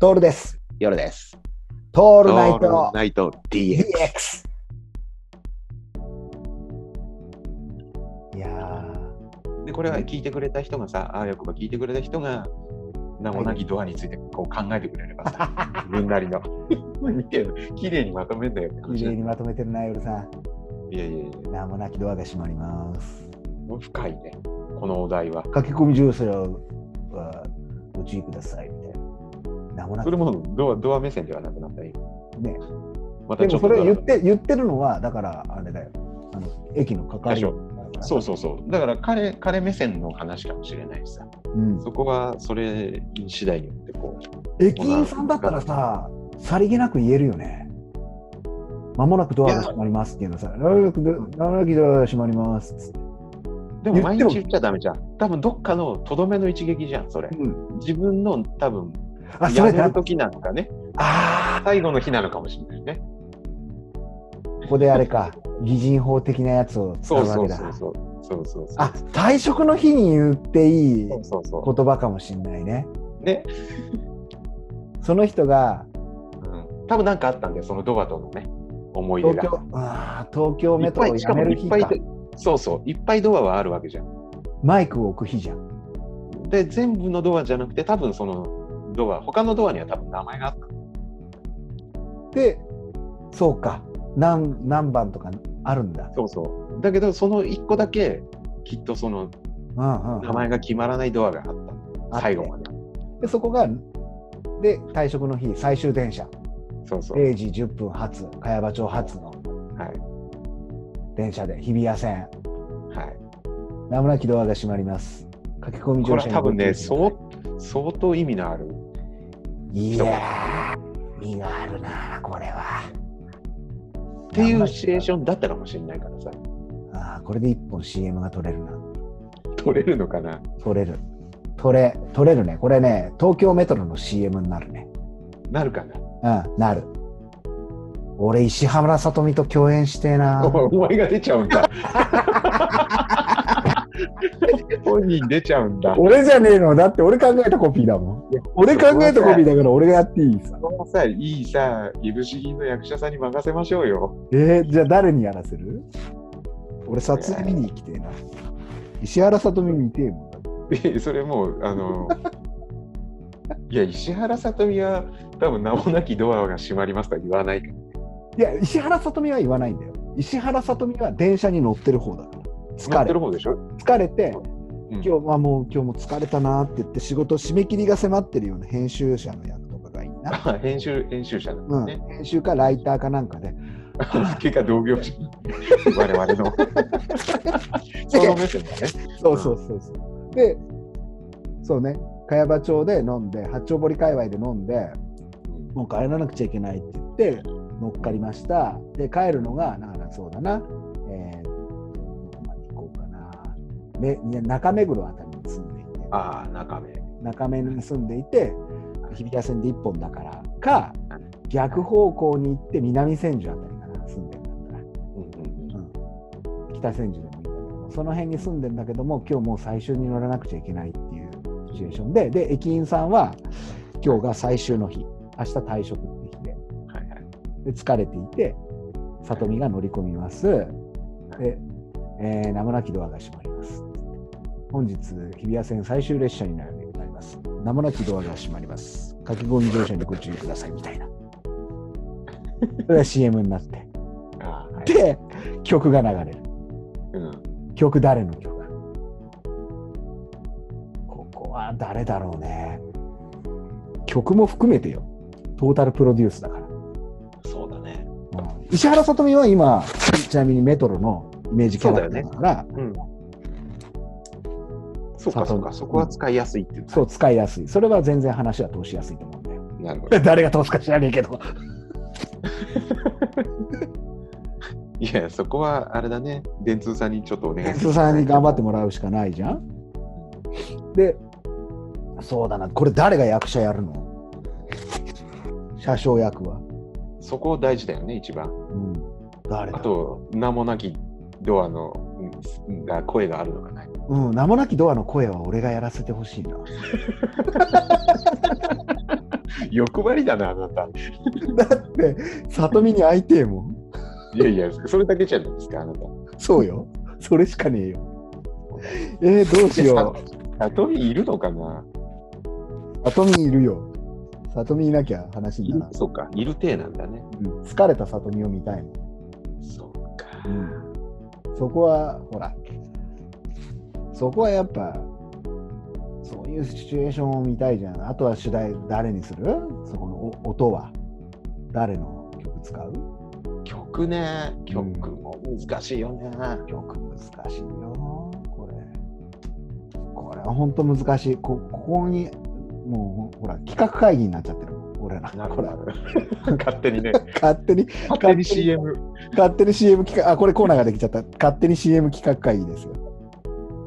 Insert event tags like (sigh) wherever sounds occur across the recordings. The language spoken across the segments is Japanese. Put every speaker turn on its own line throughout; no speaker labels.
トールです。
夜です。
ト
オ
ールナイト
ナイト DX。
DX。いやー
で、これは聞いてくれた人がさ、ああよくば聞いてくれた人が、名もなきドアについてこう考えてくれれば
(laughs)
さ、自分なりの。見てよ、綺麗にまとめんだよって
綺
話だ
麗
い
にまとめてるな、夜さん。
やいやいや、
名もなきドアが閉まります。
もう深いね、このお題は。
書き込み住所はご注意くださいみたいな。名もな
そ
き
れもドアドア目線ではなくなったね。
ね。
ま
で
たちょ
もそ
っとドア
れ
の。
言って言ってるのは、だからあれだよ。あの駅の係員
そうそうそう。だから彼彼目線の話かもしれないしさ。
うん、
そこはそれ次第によってこ
駅員さんだったらさ、さりげなく言えるよね。まもなくドアが閉まりますっていうのさ、まもなくド間もなくドアが閉まりますっつって。
う。でも毎日言っちゃダメじゃん。多分どっかのとどめの一撃じゃん、それ。
うん、
自分の多分
あ、そ
や
れ
め
だ
る。時なんかね、
あ
最後の日なのかもしれないね。
あ、ここであれか、擬人法的なやつを使
そうう
わ
そ
け
う
だ。
そうそう。そうそうそう。
あ、退職の日に言っていい
そう
言
そうそ
葉かもしんないね。
う。ね、
その人が
うん。多分なんかあったんだよ、そのドアとのね、思い出
東
が。
京あー東京
い
メ
っ
トロ
ぱ
を
い、し
や
か
め
も
る
い
日
っぱい
か
で、そうそう、いっぱいドアはあるわけじゃん。
マイクを置く日じゃん。
で、全部のドアじゃなくて、多分そのドア、他のドアには多分名前があった。
で、そうか、何何番とかあるんだ。
そうそう。だけど、その一個だけ、きっとその
うんうん、
名前が決まらないドアがあっ
あって
た。最後まで。
でそこがで退職の日最終電車
そうそう。
0時10分発茅場町発の
はい。
電車で日比谷線
はい。
名もなきドアが閉まります駆け込み
こ
乗
れ
車
は
に
多分ね、
ご
相相当意味のある。
注意くださいいやー意味があるなこれは
っていうシチュエーションだったかもしれないからさ、
あーこれで一本 CM が取れるな
取れるのかな
取れる取れ取れるねこれね東京メトロの CM になるね
なるかな
うんなる俺石原さとみと共演してえな
おお前が出ちゃう
(laughs)
んだ。本人出ちゃうんだ。
俺じゃねえのだって俺考えたコピーだもん俺考えたコピーだから俺がやっていいさ
このさ、いいさ、いぶし銀の役者さんに任せましょうよ。 (laughs)
えー、じゃあ誰にやらせる俺撮影見に行きてえな石原さとみ見てえもん
でそれもう、
(laughs)
あの、いや、石原さとみは、多分名もなきドアが閉まりますとは言わないから。
いや石原さとみは言わないんだよ石原さとみは電車に乗ってる方だから
乗
疲
って
れ
る方でしょ、
疲れて
うん、
今日はもう今日も疲れたなって言って仕事締め切りが迫ってるような編集者の役とかがいいな、
あ編集、編集者なん
うん、
ですね。 (laughs)
編集かライターかなんかで
結果同
(laughs)
業者。我々の。その目線だね。
そうそうそうそう。で、そうね、茅場町で飲んで、八丁堀界隈で飲んで、
うん
もう帰らなくちゃいけないって言って、乗っかりました。で、帰るのが、だからそうだな、えーっと、どこまで行こうかな、めいや中目黒あたりに住んでいて、
ああ、中目。
中目に住んでいて、日比谷線で1本だから、か、逆方向に行って、南千住あたりかな、住んでるんだったら。
うんうん
北千住でもいいんだけどもその辺に住んでんだけども今日もう最終に乗らなくちゃいけないっていうシチュエーションでで駅員さんは今日が最終の日明日退職って日で
うんはいはい
で疲れていて里美が乗り込みますで、えー名もなきドアが閉まります本日日比谷線最終列車になります名もなきドアが閉まりますかき氷乗車にご注意くださいみたいなそれが CM になって
あーはい
で曲が流れる
うん
曲誰の曲ここは誰だろうね曲も含めてよトータルプロデュースだから、
そうだね。
うん石原さとみは今ちなみにメトロのイメージキャラクターだから
うん。そうか、そうか、そこは使いやすいっていう。
そう,、使いやすいそれは全然話は通しやすいと思うんだよ (laughs)
なるほど。
誰が通すか知らねえけ
(laughs)
ど
いや、そこはあれだね。電通さんにちょっとお願い
安田さんに頑張って
も
もらうしかないじゃんでそうだなこれ誰が役者やるの車掌役は、
そこ大事だよね、一番。
うん、誰だ
あと、名もなきドアのうんが声があるのかない。
うん、名もなきドアの声は俺がやらせてほしいな。
欲張りだな、あな (laughs) た。
で、里見に会いてえもん。
いやいや、それだけじゃないですか、あなた。
そうよ。それしかねえよ。えー、どうしよう。
あといるのかな
里見いるよ。里見いなきゃ話にならん。
そうか、いる体なんだね。
うん疲れた里見を見たいもん。
そうか。
そこは、ほら、そこはやっぱ、そういうシチュエーションを見たいじゃん。あとは主題、誰にするそこのお音は。誰の曲使う
曲ね、曲も難しいよね。
曲難しいよ、これ。これは本当難しい。こここに、もうほら、企画会議になっちゃってるもん、俺ら。
なる
こ
ほ
れ
ど。 (laughs) 勝手にね、
勝手に、
勝手に CM。
勝手に CM 企画、あ、これコーナーができちゃった。勝手に CM 企画会議ですよ。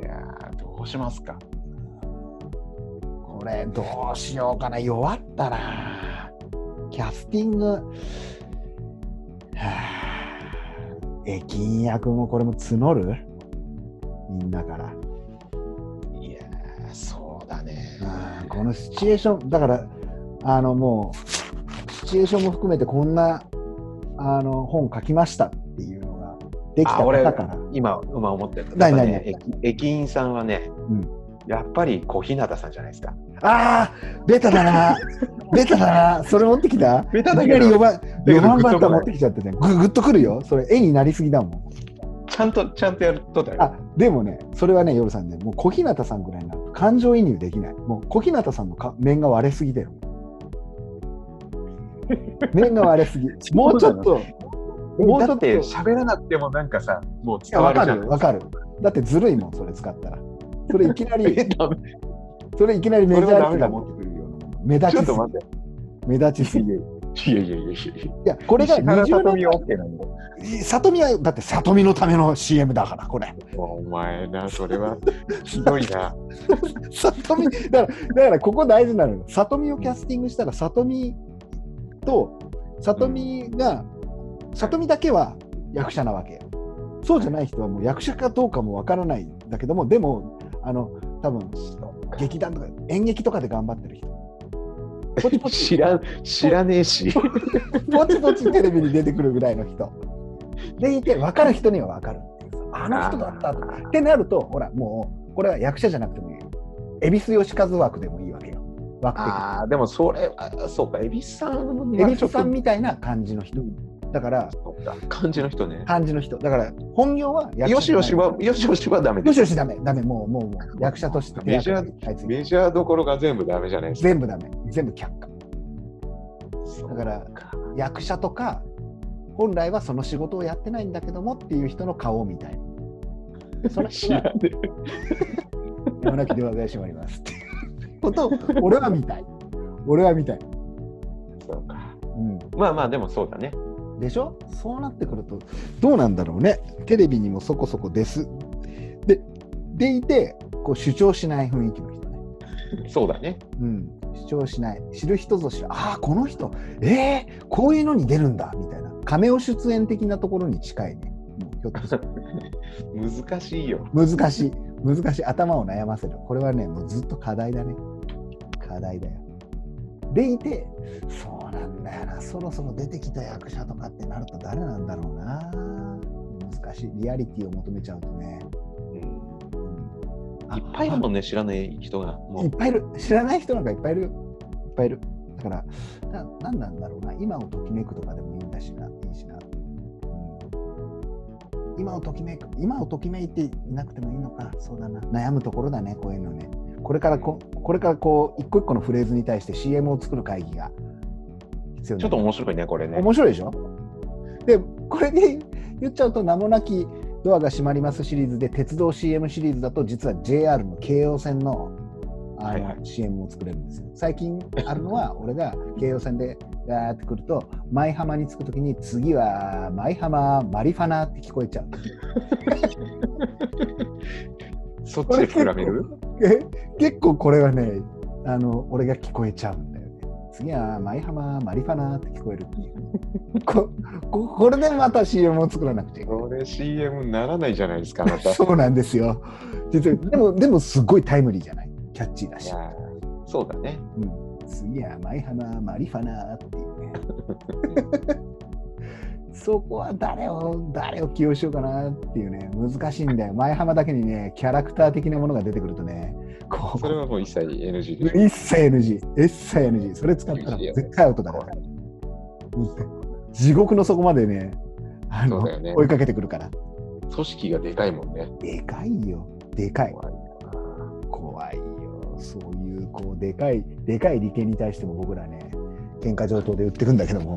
いやーどうしますか
これどうしようかな弱ったなキャスティングはあ駅員役もこれも募るみんなから
いやーそうだね
うんこのシチュエーションだからあのもうシチュエーションも含めてこんなあの本書きましたっていうのができた
あ俺
方から
今今思ってる
何
やっ
何
ぱね駅駅員さんはね、
うん
やっぱり小日向さんじゃないですか
あーベタだ (laughs) なベタだなそれ持ってきた
ベタ
だ
だ
け
け
ど
ど
4番
けど
四番バッター持
グッとこない
ってきちゃってねググッとくるよそれ絵になりすぎだもん
ちゃんとちゃんとやるとだよ
あでもね、それはね、夜さんね、もう小日向さんぐらいになると感情移入できない。もう小日向さんのか面が割れすぎだ (laughs) よ。面が割れすぎ。もうちょっと、も
も
う
う
ち
ち
ょ
ょ
っ
っ
と
と喋らなくてもなんかさもう
いや、
伝わ
わか
るじゃ
るよ、わかる。だってずるいもん、それ使ったら。それいきな
(laughs)
り、
ん
それいきなりメジャ
それは
ーリ
ダメ
ーガ
だ
ー持ってくるようなもの。目立
ち
ち
ょっ
す
と
ぎ
待。って
目立ちすぎ。い
いやいやいやいや
や、これが
石原さと
20
み
年
は OK なんだよ
前、里見は、だって里見のための CM だから、これ。 (laughs)
お前なそれはひどい (laughs) な
里見だからだからここ大事なのよ里見をキャスティングしたら里見と里見が、里見だけは役者なわけよそうじゃない人はもう役者かどうかもわからないんだけどもでもあの多分劇団とか演劇とかで頑張って
(laughs)
る人ポ (laughs) チポチ
知らん知らねえし
ポチポチテレビに出てくるぐらいの人でいて分かる人には分かるっていうさあの人だったとかってなるとほらもうこれは役者じゃなくてもいいよ恵比寿義和枠でもいいわけよ枠的に
ああでもそれはそうか蛭子さん
エ
は
ビ
ちょ
ス
っと
さんみたいな感じの人。だから、
そうか感じの人ね
感じの人。だから、本業は役
よしよ
じ
し
ゃない
は、よしよしはダメで
よし
す。
よしダメ、ダメ、もう、もう、もう役者として
メジャー
手当たりはい
メジャーどころが全部ダメじゃないですか。
全部ダメ、全部却下。だから、役者とか、本来はその仕事をやってないんだけどもっていう人の顔みたいな。その
知
人
ら
が
ねえ。
山崎で和返しまりますっていうことを、俺は見たい。俺は見たい。
そうか。
うん
まあまあ、でもそうだね。
でしょそうなってくるとどうなんだろうねテレビにもそこそこですででいてこう主張しない雰囲気の人ね、
そうだね。
うん、主張しない知る人ぞ知るああこの人えー、こういうのに出るんだみたいな亀尾出演的なところに近いねもうひょっとしたら
難しいよ。
難しい難しい頭を悩ませるこれはねもうずっと課題だね課題だよでいてそうなんだよなそろそろ出てきた役者とかってなると誰なんだろうな難しいリアリティを求めちゃうとね、
うん
うんあ
いっぱいいるもんね、知らない人が。も
いうっぱいいる知らない人なんかいっぱいいるよいっぱいいるだからな何なんだろうな今をときめくとかでもいいんだしないいしな、うん今をときめく今をときめいていなくてもいいのかそうだな悩むところだねこういうのねこれからここれからこう一個一個のフレーズに対して CM を作る会議が必要に
ちょ
な
っ
る
と面白いね、これね。
面白いでしょでこれで (laughs) 言っちゃうと名もなきドアが閉まりますシリーズで鉄道 CM シリーズだと実は JR の京王線のあの、
はいはい
CM を作れるんですよ最近あるのは俺が京王線でガーってくると舞浜に着くときに次は舞浜マリファナって聞こえちゃう
そっちで膨らめる
え結構これはねあの俺が聞こえちゃうんだよね次は舞浜マリファナって聞こえるっていう (laughs) こここれでまた CM を作らなくちゃいけない
これ CM ならないじゃないですか、 (laughs) また。い
そうなんですよ。実はでも、でもすごいタイムリーじゃないキャッチーだし。
やーそうだね。
うん次は舞浜マリファナっていうね
(laughs)
そこは誰を誰を起用しようかなっていうね難しいんだよ舞浜だけにねキャラクター的なものが出てくるとねこ
それはもう一切 NG でしょ。
一切 NG 一切 NG それ使ったら絶対アウトだから地獄の底までねあの
そうだよね
追いかけてくるから
組織がでかいもんね。
でかいよでかい
怖い
怖いよそういうこうでかいでかい利権に対しても僕らね喧嘩上等で売ってくんだけども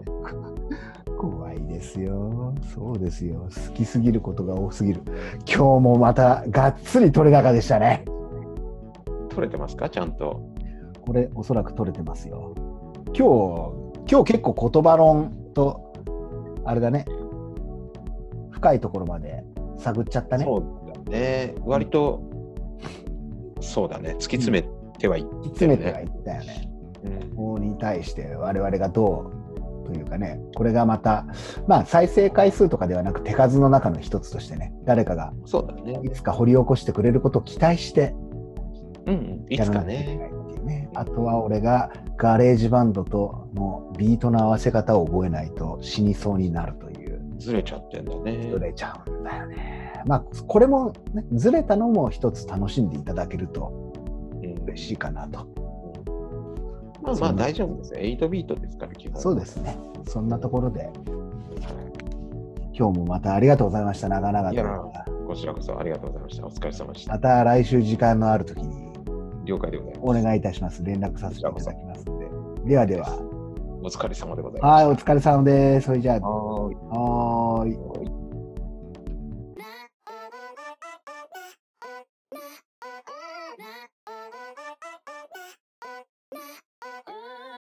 (laughs) 怖いですよそうですよ好きすぎることが多すぎる今日もまたがっつり取れ高でしたね
取れてますかちゃんと。
これおそらく取れてますよ今日今日結構言葉論とあれだね深いところまで探っちゃったね
そうだね。割と、そうだね。突き詰めてはいっ
突き
て
詰
る
めては
ね
い。ったよね
うん
法に対して我々がどうというかねこれがまたまあ再生回数とかではなく手数の中の一つとしてね誰かが
そうだね。
いつか掘り起こしてくれることを期待して
うんうん。い
や
つ
ら
か
なきゃいけ
ね。
ないっていうねあとは俺がガレージバンドとのビートの合わせ方を覚えないと死にそうになるという
ずれちゃってんだね
ず。れちゃうんだよねまあこれも、ね、ずれたのも一つ楽しんでいただけると
うん
嬉しいかなと
まあまあ大丈夫ですよ。8ビートですから、基本。
そうですね。そんなところで、今日もまたありがとうございました。長々
いや
と。
こちらこそありがとうございました。お疲れ様でし
ま
た。
た来週時間のあるときに
了解でございます。
お願いいたします。連絡させていただきますので。ではでは。
お疲れ様でございま
はい、
す。
お疲れ様です。それじゃあ、
はーい
はーい。
はーい。